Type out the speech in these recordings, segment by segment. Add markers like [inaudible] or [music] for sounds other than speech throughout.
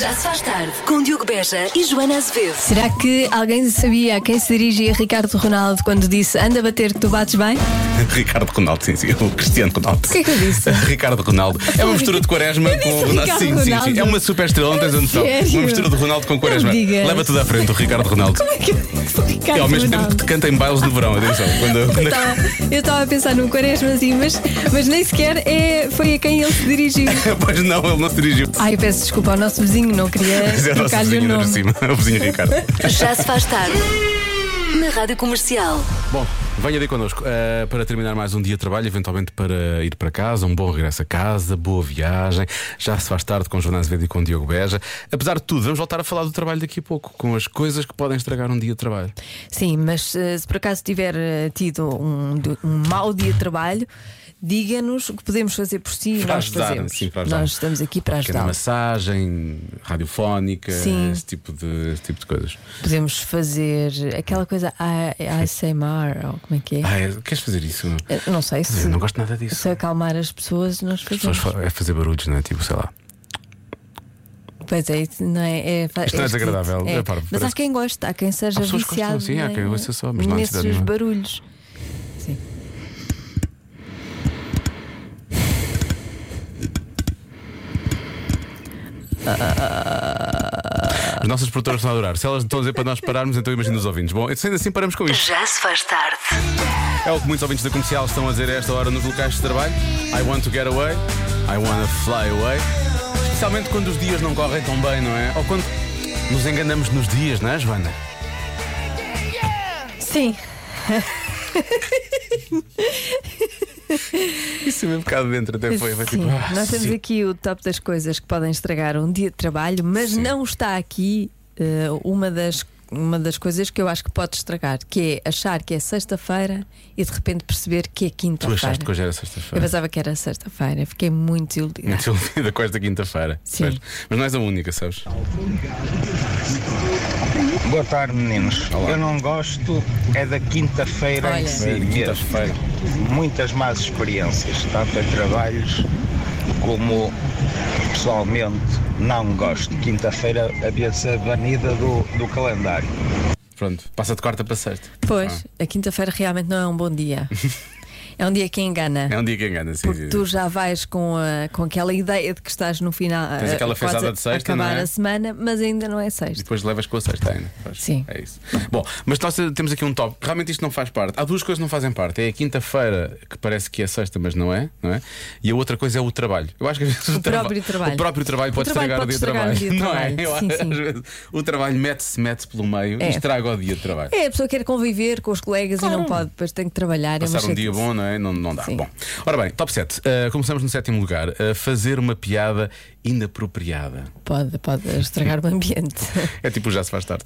Já se faz tarde com Diogo Beja e Joana Azevedo. Será que alguém sabia a quem se dirigia Ricardo Ronaldo quando disse anda a bater que tu bates bem? [laughs] Ricardo Ronaldo, sim, sim. O Cristiano Ronaldo. O que é que eu disse? Ricardo Ronaldo. É uma mistura de Quaresma Eu com disse Ricardo Sim, sim, sim. Ronaldo. É É uma super estrela, não tens a noção. sério? Uma mistura de Ronaldo com Quaresma. me digas. Leva tudo à frente, o Ricardo Ronaldo. [laughs] Como é que eu disse Ricardo E ao mesmo tempo Ronaldo? que te canta em bailes de verão, atenção. Quando, Eu quando- estava- Eu estava a pensar num quaresma assim, mas, mas nem sequer é, foi a quem ele se dirigiu. [laughs] Pois não, ele não se dirigiu. Ai, eu peço desculpa ao nosso vizinho, não queria [laughs] Mas é o nosso trocar-lhe o vizinho ainda por nome. cima, o vizinho Ricardo. Já se faz tarde na Rádio Comercial. Bom, venha aí connosco eh, para terminar mais um dia de trabalho, eventualmente para ir para casa, um bom regresso a casa, boa viagem. Já se faz tarde com Jonas Azevedo e com Diogo Beja. Apesar de tudo, vamos voltar a falar do trabalho daqui a pouco, com as coisas que podem estragar um dia de trabalho. Sim, mas eh, se por acaso tiver eh, tido um, do- um mau dia de trabalho, diga-nos o que podemos fazer por si e Para nós ajudar, fazemos. sim, para ajudar. nós estamos aqui para Pequena ajudar. é massagem, radiofónica, Sim. esse tipo de, esse tipo de coisas. Podemos fazer aquela coisa A- ASMR, ou como é que é? Ah, é, queres fazer isso? Eh, Não sei se, Eu não gosto nada disso. se acalmar as pessoas, nós As pessoas fazemos. fa- é fazer barulhos, não é? Tipo, sei lá. Pois é, isso não é. é fa- Isto não é esquisito. desagradável, é parvo, mas há parece- quem goste, há quem seja Há pessoas que gostam, viciado. sim, há né, quem ouça só, mas não há necessidade Nesses nenhuma. barulhos. Sim. As nossas produtoras estão a adorar. Se elas estão a dizer para nós pararmos, então imagina os ouvintes. Bom, sendo assim, paramos com isto. Já se faz tarde. É o que muitos ouvintes da comercial estão a dizer a esta hora nos locais de trabalho. I want to get away, I want to fly away. Especialmente quando os dias não correm tão bem, não é? Ou quando nos enganamos nos dias, não é, Joana? Sim. Isso mesmo cá de um dentro até foi. foi Sim. tipo, ah, Nós temos sim. aqui o top das coisas que podem estragar um dia de trabalho, mas Sim. não está aqui eh, uma das. Uma das coisas que eu acho que pode estragar, que é achar que é sexta-feira e de repente perceber que é Tu quinta-feira. achaste que hoje era Eu sexta-feira? pensava que era sexta-feira, fiquei muito desiludida. Muito [laughs] iludida com esta quinta-feira. Sim. Pois. Mas não és a única, sabes? Boa tarde, meninos. Olá. Eu não gosto é da quinta-feira Olha. em que É, si de mesmo. quinta-feira. Muitas más experiências, tanto em trabalhos como pessoalmente. Não gosto. Quinta-feira havia de ser banida do, do calendário. Pronto, passa de quarta para sexta. Pois, a quinta-feira realmente não é um bom [laughs] dia. é um dia que engana. É um dia que engana, sim. Porque sim, tu sim. já vais com, a- com aquela ideia de que estás no final. Tens eh, aquela quase fezada a de sexta, acabar não é? a semana, mas ainda não é E sexta. depois levas com a sexta ainda. Pois, Sim. É isso. Bom, mas nós temos aqui um top. Realmente isto não faz parte. Há duas coisas que não fazem parte. É a quinta-feira, que parece que é sexta, mas não é, não é? E a outra coisa é o trabalho. Eu acho que [laughs] às vezes o, trava- próprio trabalho. O próprio trabalho O pode trabalho estragar pode o dia estragar de o dia de trabalho. [laughs] não é? trabalho. Eu Sim, acho- sim. Às vezes o trabalho mete-se, mete-se pelo meio e É. estraga o dia de trabalho. É, a pessoa quer conviver com os colegas e não pode, depois tem que trabalhar. é Passar uma um dia chatice. bom, não é? Não, não dá. Sim. Bom, ora bem, top 7. começamos no sétimo lugar. Uh, fazer uma piada inapropriada. Pode, pode estragar o [laughs] ambiente. É tipo já se faz tarde.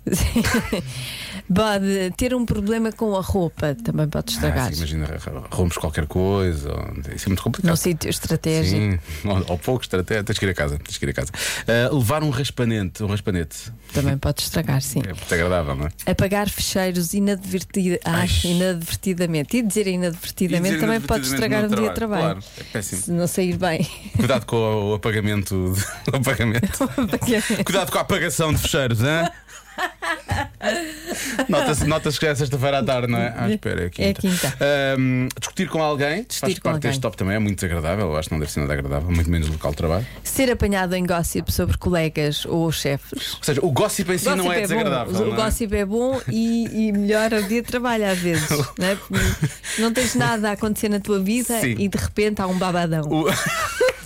pode ter um problema com a roupa, também pode estragar. Ah, sim, imagina, rompes qualquer coisa. ou- Isso é muito complicado. Num sítio estratégico. Sim, ou, ou pouco, até tens que ir a casa. Tens que ir a casa. Ah, levar um raspanete, um raspanete. Também pode estragar, sim. É muito agradável, não é? Apagar fecheiros inadvertida, ah, Ai. inadvertidamente. E dizer inadvertidamente E dizer também pode estragar um inadvertidamente dia no de trabalho. Claro, é péssimo. Se não sair [laughs] bem. Cuidado com o, o apagamento. de- [laughs] o apagamento. Cuidado com a apagação de [laughs] fecheiros, hã? Notas, notas que já é sexta-feira à tarde, não é? Ah, espera, é quinta. É quinta. Ahm, discutir com alguém faz Discutir com parte deste alguém. top também, é muito desagradável. Eu acho que não deve ser nada agradável, muito menos local de trabalho. Ser apanhado em gossip sobre colegas ou chefes. Ou seja, o gossip em si não Gossip é, desagradável. bom. O não é? gossip é bom e, e melhora o dia de trabalho às vezes. [laughs] não, é? Porque não tens nada a acontecer na tua vida Sim. e de repente há um babadão. O- [laughs]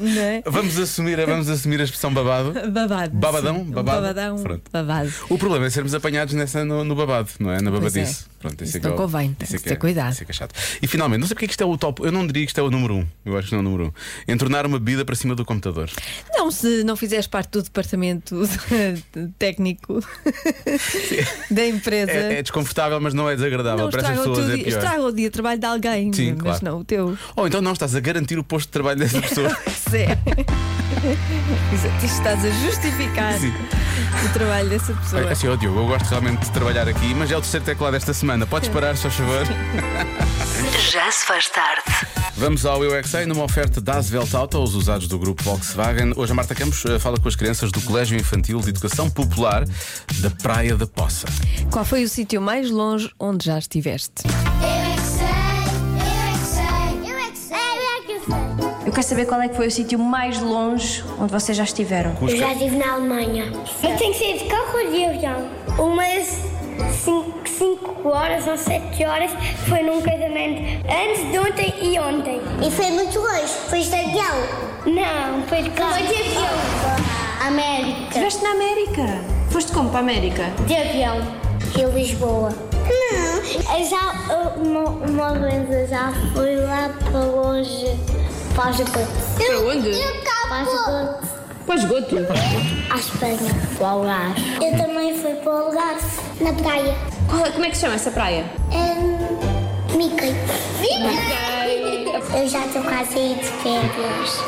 Não [laughs] é? vamos, assumir, vamos assumir a expressão babado. Babado. Babadão, sim. Um babado. babadão. Pronto. Babado. O problema é sermos apanhados nessa, no, no babado, não é? Na Pois babadice. é. Pronto, Isso é que não é o- convém, isso tem é que que ter é- cuidado. Isso é que é chato. E finalmente, não sei porque é que isto é o top. Eu não diria que isto é o número um. Eu acho que não é o número um. Entornar uma bebida para cima do computador. Não, se não fizeres parte do departamento [laughs] técnico da empresa. É, é desconfortável, mas não é desagradável. Não Parece as estraga o, pessoas teu é dia, pior. Oh, estraga o dia de trabalho de alguém, Sim, mas claro. não o teu. [laughs] [laughs] Ou então não estás a garantir o posto de trabalho dessa pessoa. Isso é. Exato, Estás a justificar Sim. o trabalho dessa pessoa. É Assim, ó Diogo, eu gosto realmente de trabalhar aqui, mas é o terceiro teclado esta semana. Podes parar, se faz favor. Já se faz tarde. Vamos ao Eu é Que Sei, numa oferta da Asvelt Auto, os usados do grupo Volkswagen. Hoje a Marta Campos eh, fala com as crianças do Colégio Infantil de Educação Popular da Praia da Poça. Qual foi o sítio mais longe onde já estiveste? Eu quero saber qual é que foi o sítio mais longe onde vocês já estiveram. Eu já estive na Alemanha. Eu tenho que sair de carro ou de avião. Umas 5 horas ou 7 horas foi num casamento antes de ontem e ontem. E foi muito longe, foi de avião. Não, foi de carro. Foi de avião. América. Estiveste na América? Foste como para a América? De avião. Rio Lisboa. Não. Eu já, eu, uma, uma vez eu já fui lá para longe. Para os gotos. Para onde? Para os gotos. Para esgoto. À Espanha. Para o Algarve. Eu também fui para o Algarve. Na praia. Qual- como é que se chama essa praia? É... Mickey. Mickey! Eu já estou quase a ir de férias.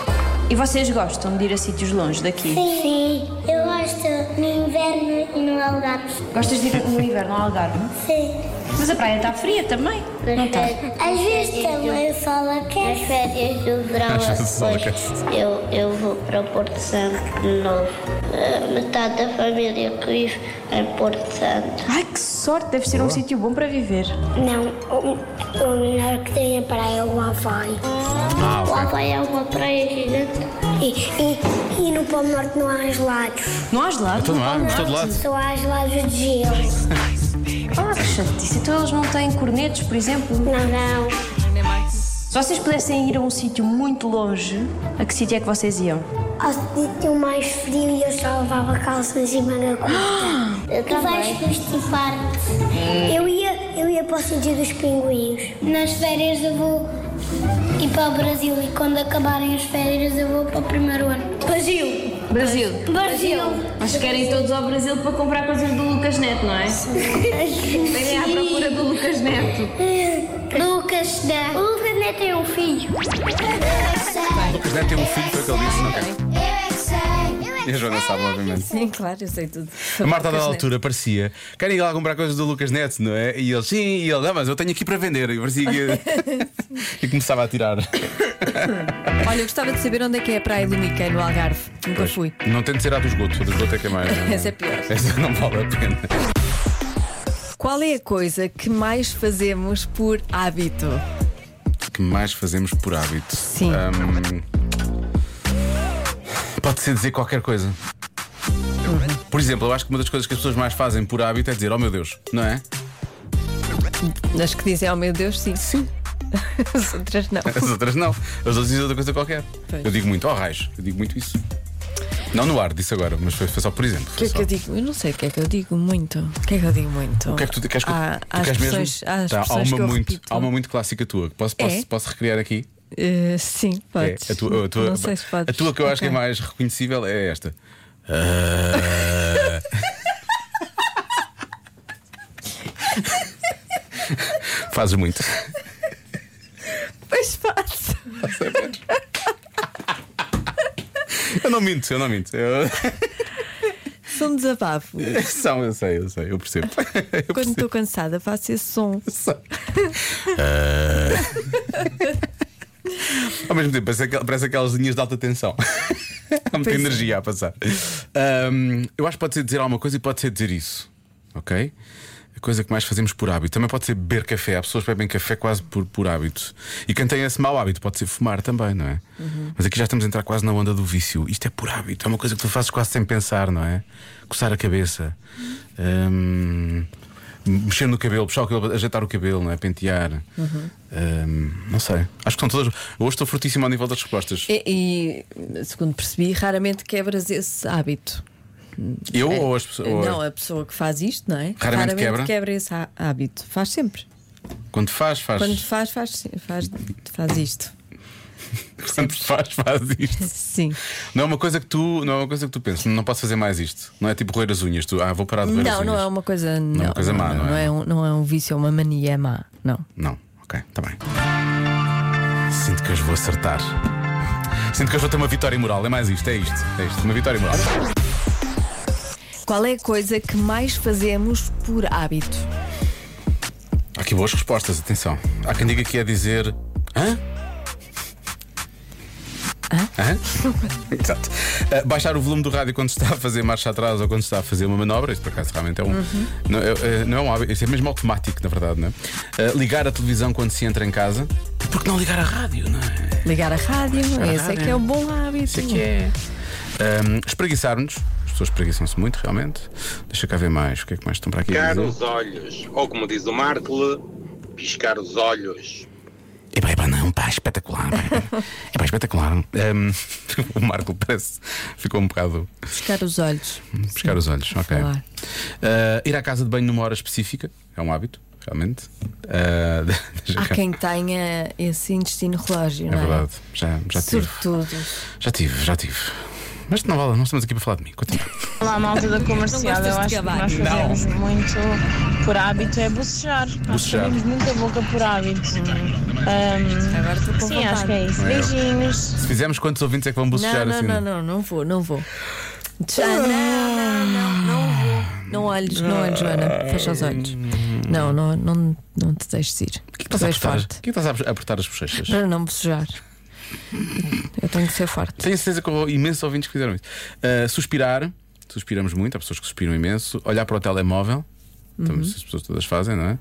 E vocês gostam de ir a sítios longe daqui? Sim. Eu gosto no inverno e no Algarve. Gostas de ir no inverno ao Algarve? Sim. Mas a praia está fria também. Não está? Às vezes um também o sol As aquece. férias do verão Às vezes só depois eu, eu vou para Porto Santo de novo. A metade da família que vive em Porto Santo. Ai, que sorte! Deve ser um sítio bom para viver. Não, o, o melhor que tem é praia é o Havaí. Ah, Lá ok. vai é uma praia gigante. E, e, e no Polo Norte não há gelados. Não há gelado? Então não há, mas todo lado. Só há gelados de gelo. Ah, que chatice. Então eles não têm cornetos, por exemplo? Não, não. Se vocês pudessem ir a um sítio muito longe, a que sítio é que vocês iam? Ao sítio mais frio e eu só levava calças e manga [gasps] curta. Eu vais constipar-te. Eu, ia, eu ia para o sítio dos pinguins. Nas férias eu vou ir para o Brasil e quando acabarem as férias eu vou para o primeiro ano. Brasil! Brasil. Brasil! Mas querem todos ao Brasil para comprar coisas do Lucas Neto, não é? Vêm à procura do Lucas Neto. Lucas da. O Lucas Neto tem um filho. Lucas Neto tem um filho, foi o que ele disse, não é? é E a Joana sabe, obviamente. Sim, claro, eu sei tudo. A Marta, da Lucas Neto. altura, parecia. Querem ir lá comprar coisas do Lucas Neto, não é? E ele, sim, e ele, não, mas eu tenho aqui para vender. E parecia que. e começava a tirar. Olha, eu gostava de saber onde é que é a praia do Mickey, no Algarve. Nunca fui. Não tem de ser a do esgoto, a do esgoto é que é mais. Essa é pior. Essa não vale a pena. Qual é a coisa que mais fazemos por hábito? que mais fazemos por hábito? Sim. Ahm, pode ser dizer qualquer coisa. Por exemplo, eu acho que uma das coisas que as pessoas mais fazem por hábito é dizer, oh meu Deus, não é? [laughs] As que dizem, oh meu Deus, sim. Sim. [laughs] As outras não. As outras não. As outras dizem outra coisa qualquer. Pois. Eu digo muito, oh raios, eu digo muito isso. Não no ar, disse agora, mas foi, foi só por exemplo. O que é que eu digo? Eu não sei o que é que eu digo muito. O que é que eu digo muito? O que é que tu queres que eu- Há, tu há queres expressões- mesmo? há Tá, há, expressões uma que eu muito, repito. há uma muito clássica tua que posso, posso, É? posso recriar aqui. Eh, sim, É, podes. a, tua, a, tua- não sei se podes. a tua que eu acho que é Ok. mais reconhecível é esta. Ah. [laughs] Fazes muito. Pois faço. Eu não minto, eu não minto. Eu- [laughs] São um desabafo. São, [laughs] eu sei, eu sei, eu percebo. Eu Quando estou cansada, faço esse som. percebo. Ao mesmo tempo, parece, aquel- parece aquelas linhas de alta tensão. [laughs] Há muita Pois é. energia a passar. Ahm, eu acho que pode ser dizer alguma coisa e pode ser dizer isso. Ok? A coisa que mais fazemos por hábito. Também pode ser beber café. Há pessoas que bebem café quase por, por hábito. E quem tem esse mau hábito pode ser fumar também, não é? Uhum. Mas aqui já estamos a entrar quase na onda do vício. Isto é por hábito. É uma coisa que tu fazes quase sem pensar, não é? Coçar a cabeça. Ahm, Mexer no cabelo, puxar o cabelo, ajeitar o cabelo, não é? Pentear. Uhum. Ahm, não sei. Acho que são todas. Hoje estou fortíssimo ao nível das respostas. E, e, segundo percebi, raramente quebras esse hábito. Eh, Eu ou as pessoas? ou- É, é- Não, a pessoa que faz isto, não é? Raramente quebra? esse há- hábito. Faz sempre. Quando faz, faz. Quando faz, faz, faz, faz isto. Quando faz, faz isto. Sim. Não é uma coisa que tu, não é uma coisa que tu pensas, não posso fazer mais isto. Não é tipo roer as unhas, tu, ah, vou parar de roer as Não, unhas. não é uma coisa. Não, uma coisa má, não é? é um, não é um vício, é uma mania má. Não. tá Não, ok, está bem. Sinto que as vou acertar. Sinto que hoje vou ter uma vitória moral. É mais isto, é isto. É isto, uma vitória moral. Qual é a coisa que mais fazemos por hábito? Há aqui boas respostas, atenção. Há quem diga que é dizer. Hã? Hã? [laughs] Exato. Ah, baixar o volume do rádio quando se está a fazer marcha atrás ou quando se está a fazer uma manobra, isso por acaso realmente é um. Não, é, é- não é um hábito, isso é mesmo automático, na verdade, não é? Ah, ligar a televisão quando se entra em casa. Porque não ligar a rádio, não é? Ligar a rádio, a esse é que rádio. é um bom hábito. Isso é que é. Ahm, Espreguiçar-nos. As pessoas espreguiçam-se muito, realmente. Deixa cá ver mais. O que é que mais estão para aqui? a Piscar dizer? os olhos, ou como diz o Markle, piscar os olhos. Epá, epá, não, pá, espetacular. pá, [laughs] Epá, epá, espetacular. Hum. Ahm, [laughs] o Marco parece. Ficou um bocado. Buscar os olhos. Pescar os olhos, ok. Claro. Ah, ir à casa de banho numa hora específica é um hábito, realmente. Ah, [laughs] deixa Há cá. quem tenha esse intestino relógio, É não é? verdade, já, já tive. Sobretudo. Já tive, já tive. Mas não vale, não estamos aqui para falar de [laughs] mim. Continua. Olá, malta da comercial. Não Eu gostas de acho que gabar? nós fazemos muito por hábito é bocejar. Nós Bocejar. fazemos muita boca por hábito. Ahm, Agora estou com sim, vontade. acho que é isso. Beijinhos. Se fizermos, quantos ouvintes é que vão Não, bucejar não, assim? não, Ah! não, não vou, não vou. Já, não, não, não, não vou. Não olhes, não olhes, Joana. Fecha os olhos. Não, não, não, não te deixes ir. Ah. O que é que estás a és apertar? forte. O que é que estás a apertar as bochechas? Para não bocejar. Eu tenho que ser forte. Tenho certeza que houve imensos ouvintes que fizeram isso. Ah, suspirar, suspiramos muito, há pessoas que suspiram imenso. Olhar para o telemóvel, então, isso as pessoas todas fazem, não é?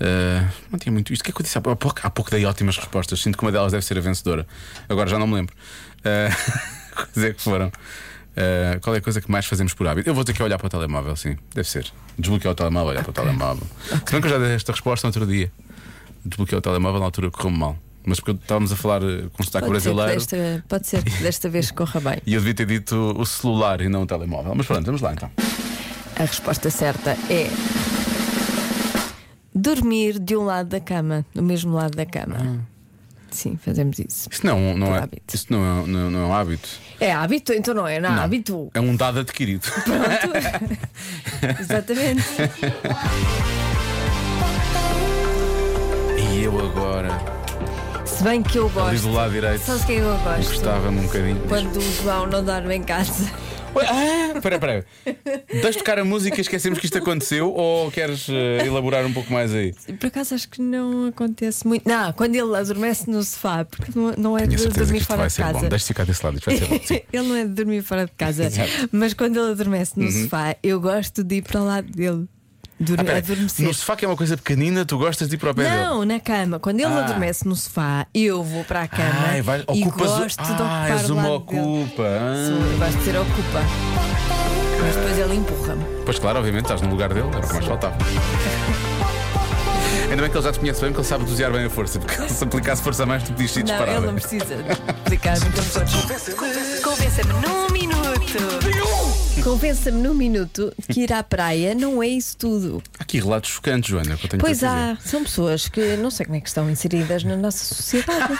Ah, não tinha muito isto. O que é que eu disse há pouco? Há pouco dei ótimas respostas. Sinto que uma delas deve ser a vencedora. Agora já não me lembro. Ah, [laughs] quais é que foram? Ah, qual é a coisa que mais fazemos por hábito? Eu vou ter que olhar para o telemóvel, sim, deve ser. Desbloquear o telemóvel, olhar para o telemóvel. Se bem que eu já dei esta resposta no outro dia. Desbloquear o telemóvel na altura correu-me mal. Mas porque estávamos a falar eh, com o sotaque Pode ser, que brasileiro. desta, pode ser que desta vez corra bem. E eu devia ter dito o celular e não o telemóvel. Mas pronto, vamos lá então. A resposta certa é. Dormir de um lado da cama, do mesmo lado da cama. Ah. Sim, fazemos isso. Isso não, não, Por é, hábito. isso não, é, não, não é um hábito. É hábito? Então não é, não, Não. hábito. É um dado adquirido. [laughs] Exatamente. e eu agora, Se bem que eu ali gosto. do lado direito, Sabes quem eu gosto? gostava-me um bocadinho. Quando o João não dorme em casa. Ué, Ah, espera, espera. Deixa tocar a música e esquecemos que isto aconteceu ou queres eh, elaborar um pouco mais aí? Por acaso acho que não acontece muito. Não, quando ele adormece no sofá, porque não, não é de dormir fora de casa. ficar desse lado, isto vai [laughs] ser ele não é de dormir fora de casa. Mas quando ele adormece no Uhum. sofá, eu gosto de ir para o lado dele. Dur adormecer. Ah, no sofá que é uma coisa pequenina, tu gostas de ir para o pé dele. Não, na cama. Quando ele Ah. adormece no sofá, eu vou para a cama Ai, vai, e ocupas o- gosto de Ah, ocupar és o uma lado dele. ocupa. Ah. Sou- Eu gosto de ser ocupa. Mas depois ele empurra-me. Pois claro, obviamente, estás no lugar dele, era o que mais [laughs] faltava. Ainda bem que ele já te conhece bem, porque ele sabe dosear bem a força, porque se aplicasse força a mais, tu podias ir Não, ele não disparado. precisa explicar muita força. Convença-me num minuto. Convença-me num minuto que ir à praia não é isso tudo. Há aqui relatos chocantes, Joana, é que eu tenho Pois para te dizer. há, são pessoas que não sei como é que estão inseridas na nossa [laughs] sociedade.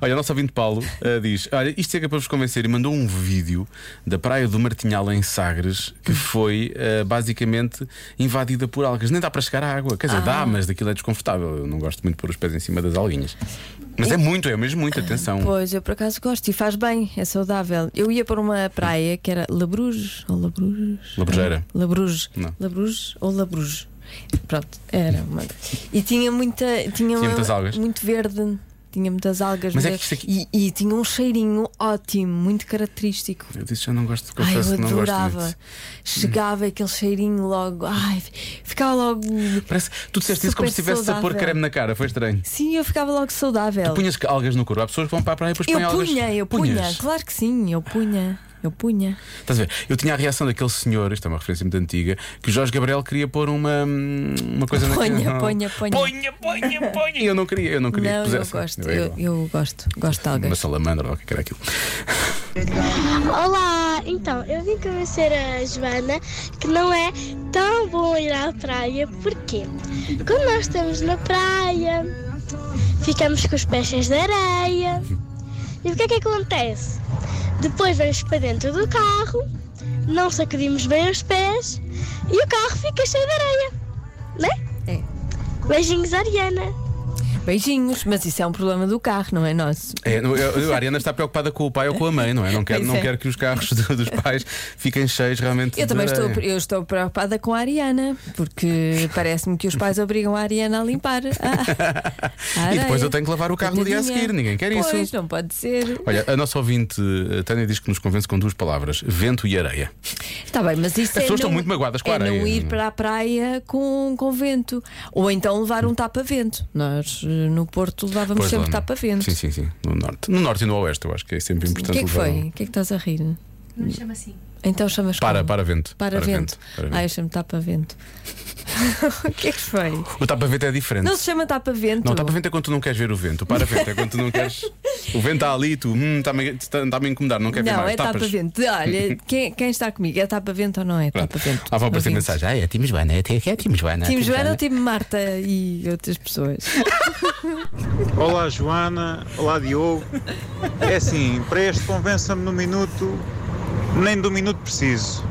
Olha, o nosso ouvinte Paulo ah, diz: Olha, isto chega para vos convencer e mandou um vídeo da Praia do Martinhal em Sagres Hum. que foi ah, basicamente invadida por algas. Nem dá para chegar à água, quer dizer, Ah. dá, mas daquilo é desconfortável. Eu não gosto muito de pôr os pés em cima das alguinhas. Mas é muito, é mesmo muito, atenção. Pois, eu por acaso gosto e faz bem, é saudável. Eu ia para uma praia que era Labruges ou Labruges? Labrejeira. Labruges. Não. Labruges ou Labruges. Pronto, era uma. E tinha muita. Tinha, uma- muitas algas. Muito verde. Tinha muitas algas Mas é verdes. que isto aqui- e, e tinha um cheirinho ótimo, muito característico. Eu disse: Já não gosto, Ai, confesso eu que não gosto adorava. muito. Chegava aquele cheirinho logo. Ai, ficava logo. Parece, tu disseste isso como se Super estivesse a pôr saudável. creme na cara, foi estranho. Sim, eu ficava logo saudável. Punhas algas no corpo, há pessoas que vão para a praia e depois põem Eu algas. punha, eu punha, Punhas. claro que sim, eu punha, eu punha. Estás a ver? Eu tinha a reação daquele senhor, isto é uma referência muito antiga, que o Jorge Gabriel queria pôr uma, hum, uma coisa na Ponha, Não. ponha, ponha. Ponha, ponha, ponha. E Eu não queria, eu não queria Não, que eu pusessem. gosto, é eu, igual. eu gosto, gosto de Uma algas. salamandra, ou o que é que era aquilo. Olá! Então, eu vim convencer a Joana que não é tão bom ir à praia. Porquê? Quando nós estamos na praia, ficamos com os pés cheios de areia. E o que é que acontece? Depois vamos para dentro do carro, não sacudimos bem os pés e o carro fica cheio de areia. Né? É. Beijinhos, Ariana! Beijinhos, mas isso é um problema do carro, não é nosso. É, não, eu- eu- a Ariana está preocupada com o pai ou com a mãe, não é? Não quero, Pois não é. quero que os carros do- dos pais fiquem cheios realmente. Eu também de estou, areia. eu estou preocupada com a Ariana, porque parece-me que os pais obrigam a Ariana a limpar. a- a [laughs] E depois areia. eu tenho que lavar o carro no dia a é. Coitadinha. seguir, ninguém quer isso. Pois, não pode ser. Olha, a nossa ouvinte eh, Tânia diz que nos convence com duas palavras: vento e areia. Está bem, mas isso As é pessoas não, estão muito magoadas com a é areia. não ir para a praia com, com vento. Ou então levar um tapa-vento. Nós eh, no Porto levávamos Pois lá, sempre não. tapa-vento. Sim, sim, sim. No norte. No norte e no oeste, eu acho que é sempre O importante que é que levar foi? um- O que é que estás a rir? Não chama assim. Então chamas Para, como? para vento. Para, vento. para Ah, vento. eu chamo tapa-vento. [laughs] o que é que foi? O tapa-vento é diferente. Não se chama tapa-vento. Não, o tapa-vento é quando tu não queres ver o vento. O para-vento é quando tu [laughs] não queres. O vento está ali e tu hum, está-me está está-me a incomodar, não quero ver Não, mais. é Tapas. tapa-vento. Olha, quem, quem está comigo? É tapa-vento ou não é tapa-vento? Ah, vão aparecer Ouvintes. mensagem. Ah, é Tim Joana, é Tim é Tim Joana. Time Joana tipo- ou time Marta e outras pessoas? Olá Joana, olá Diogo. É assim, para este convença-me no minuto, nem do minuto preciso.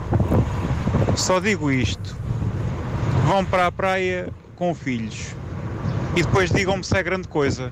Só digo isto. Vão para a praia com filhos. E depois digam-me se é grande coisa.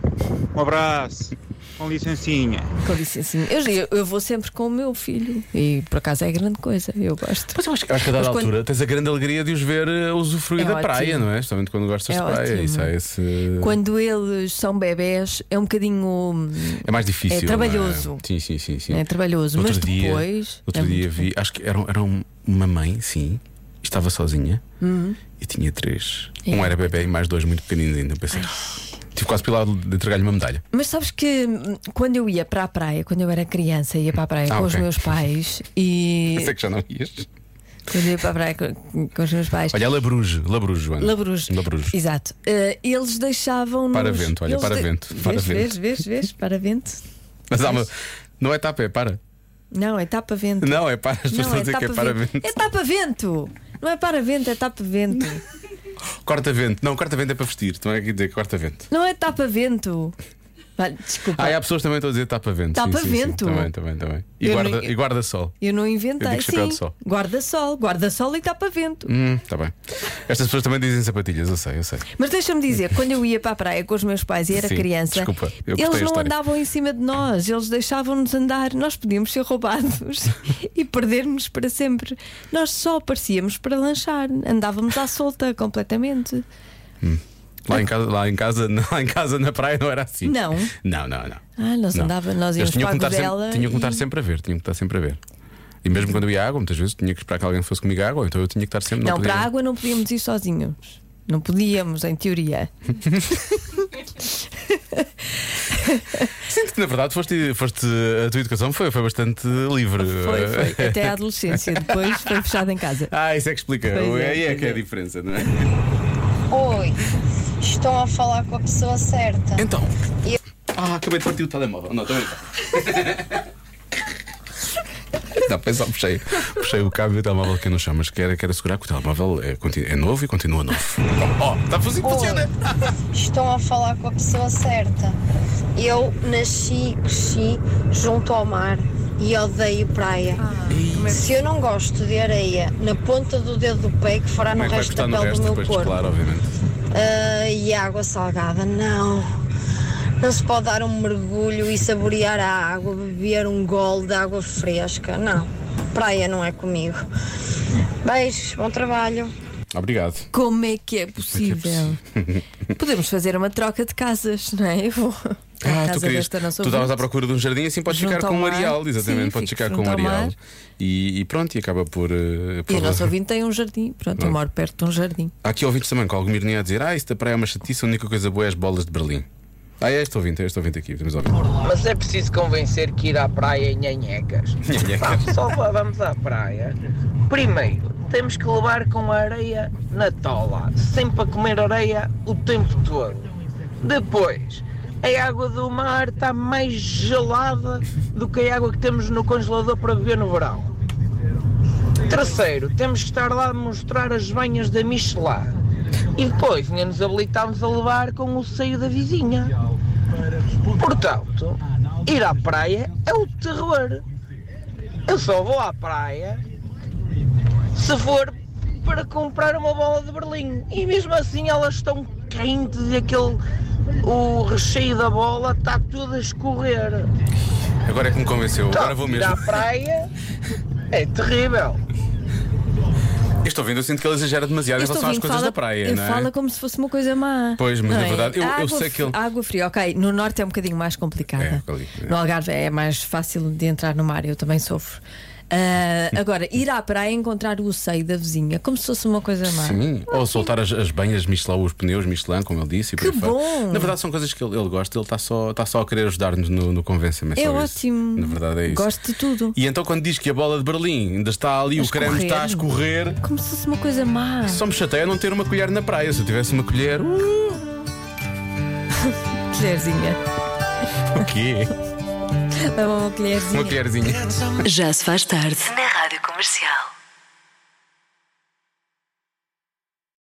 Um abraço. Com licencinha. Com licencinha. Eu, eu- eu vou sempre com o meu filho e por acaso é grande coisa, eu gosto. Mas eu acho que, Acho que a dada altura tens a grande alegria de os ver eh, usufruir É da ótimo. praia, não é? Justamente quando gostas É de praia. ótimo. Isso é, esse... Quando eles são bebés é um bocadinho. hum, é mais difícil. É trabalhoso. não é? Sim, sim, sim. sim. É trabalhoso, mas depois Outro é dia vi, acho que era, era uma mãe, sim, estava sozinha Uhum. e tinha três. É. Um era bebê e mais dois muito pequeninos ainda. Eu Pensei, tive quase pelo lado de entregar-lhe uma medalha. Mas sabes que hum, quando eu ia para a praia, quando eu era criança, ia para a praia Ah, com os ok. é meus pais e. Pensei que já não ias. Quando eu ia para a praia com, com os meus pais. Olha, é Labruge, Labruge, Joana. Labruge. Labruge. Exato. Eh, eles deixavam-nos. Para vento, olha, eles para de- vento, Vês, para vês, vento. vês, vês, para vento. Mas há uma. Não é tapa, é para. Não, é tapa-vento. Não, é para. As pessoas estão a dizer que é para tapa-vento. vento. É tapa-vento! Não é para vento, é [laughs] tapa-vento. Corta-vento. Não, corta-vento é para vestir. Estão aqui a dizer corta-vento. Não é tapa-vento. Vale, Desculpa. Ah, e há pessoas que também estão a dizer tapa-vento. Sim, sim, sim. Tapa-vento. Também, também, também. E Eu guarda- nem- e guarda-sol. Eu não Eu inventei. digo chapéu Sim, de sol. guarda-sol, guarda-sol e tapa-vento. Hum, tá bem. Estas pessoas também dizem sapatilhas, eu sei, eu sei. Mas deixa-me dizer, quando eu ia para a praia com os meus pais e era Sim, criança, desculpa, eu cortei a eles não história. andavam em cima de nós, eles deixavam-nos andar, nós podíamos ser roubados [laughs] e perdermos para sempre. Nós só aparecíamos para lanchar, andávamos à solta completamente. Lá em casa, lá em casa, [laughs] lá em casa na praia não era assim. Não? Não, não, não. Ah, nós andava- nós Eles íamos tinham que para a estar Godela sempre, tinham que estar e- sempre a ver, tinham que estar sempre a ver. E mesmo quando eu ia à água, muitas vezes tinha que esperar que alguém fosse comigo à água, ou então eu tinha que estar sempre Não, podia- para a água não podíamos ir sozinhos. Não podíamos, em teoria. Sinto que [laughs] na verdade foste, foste a tua educação foi, foi bastante livre. Foi, foi. Até a adolescência. Depois foi fechado em casa. Ah, isso é que explica. Pois é, Aí é, pois que é a é. diferença, não é? Oi, estão a falar com a pessoa certa. Então. Eu... Ah, acabei de partir o telemóvel. Não, também. Não, pensa, puxei, puxei o cabo do telemóvel que eu não chamo, mas quero, quero assegurar que o telemóvel é, conti- é novo e continua novo. Ó, oh, está fazendo funciona. Oi, estão a falar com a pessoa certa. Eu nasci e cresci junto ao mar e odeio praia. Ah, é Se eu não gosto de areia na ponta do dedo do pé, que fará Como no é que vai resto da cortar no pele resto do meu depois, corpo. claro, obviamente. Ah, e água salgada, não. Não se pode dar um mergulho e saborear a água, beber um gole de água fresca. Não, praia não é comigo. Beijos, bom trabalho. Obrigado. Como é que é possível? Podemos fazer uma troca de casas, não é? Eu vou. à Ah, casa tu querias. desta nossa Tu estavas ouvinte. à procura de um jardim, assim podes Junto ficar ao com um mar. areal, exatamente. Sim, podes fico ficar com junto um ao areal. mar. E, e pronto, e acaba por. eh, E por- o nosso ouvinte tem um jardim. Pronto, eu Pronto. moro perto de um jardim. Há aqui ouvintes também com alguma ironia a dizer: Ah, isto da praia é uma chatice, a única coisa boa é as bolas de Berlim. Ah, é este ouvinte, é este ouvinte aqui, temos ouvinte. Mas é preciso convencer que ir à praia é nhanhecas. Nhanhecas. Sabe, Só vamos à praia. Primeiro, temos que levar com a areia na tola, sempre a comer areia o tempo todo. Depois, a água do mar está mais gelada do que a água que temos no congelador para beber no verão. Terceiro, temos que estar lá a mostrar as banhas da Michelin. E depois, ainda nos habilitámos a levar com o seio da vizinha. Portanto, ir à praia é o terror. Eu só vou à praia se for para comprar uma bola de Berlim. E mesmo assim elas estão quentes e aquele o recheio da bola está tudo a escorrer. Agora é que me convenceu, Tá, agora vou ir mesmo. à praia é terrível. Este ouvindo, eu sinto que ele exagera demasiado Este em relação às ouvinte coisas fala- da praia, ele não é? Fala como se fosse uma coisa má. Pois, mas não na é? verdade, eu- eu Água sei fri- que ele- Água fria, ok. No norte é um bocadinho mais complicada. É, ali, é. No Algarve é mais fácil de entrar no mar, eu também sofro. [laughs] Ah, agora, ir à praia e encontrar o seio da vizinha, como se fosse uma coisa má. Sim, ou soltar as, as banhas, michelar os pneus, Michelin, como ele disse. e por Que aí fora. bom! Na verdade, são coisas que ele, ele gosta, ele está só, está só a querer ajudar-nos no, no convencimento. É só isso. ótimo. Na verdade, é isso. Gosto de tudo. E então, quando diz que a bola de Berlim ainda está ali, A o creme está a escorrer, Como se fosse uma coisa má. só me chateia não ter uma colher na praia. Se eu tivesse uma colher, uh, Colherzinha. o quê? [laughs] Dá-me uma colherzinha. Uma colherzinha. Já se faz tarde na Rádio Comercial.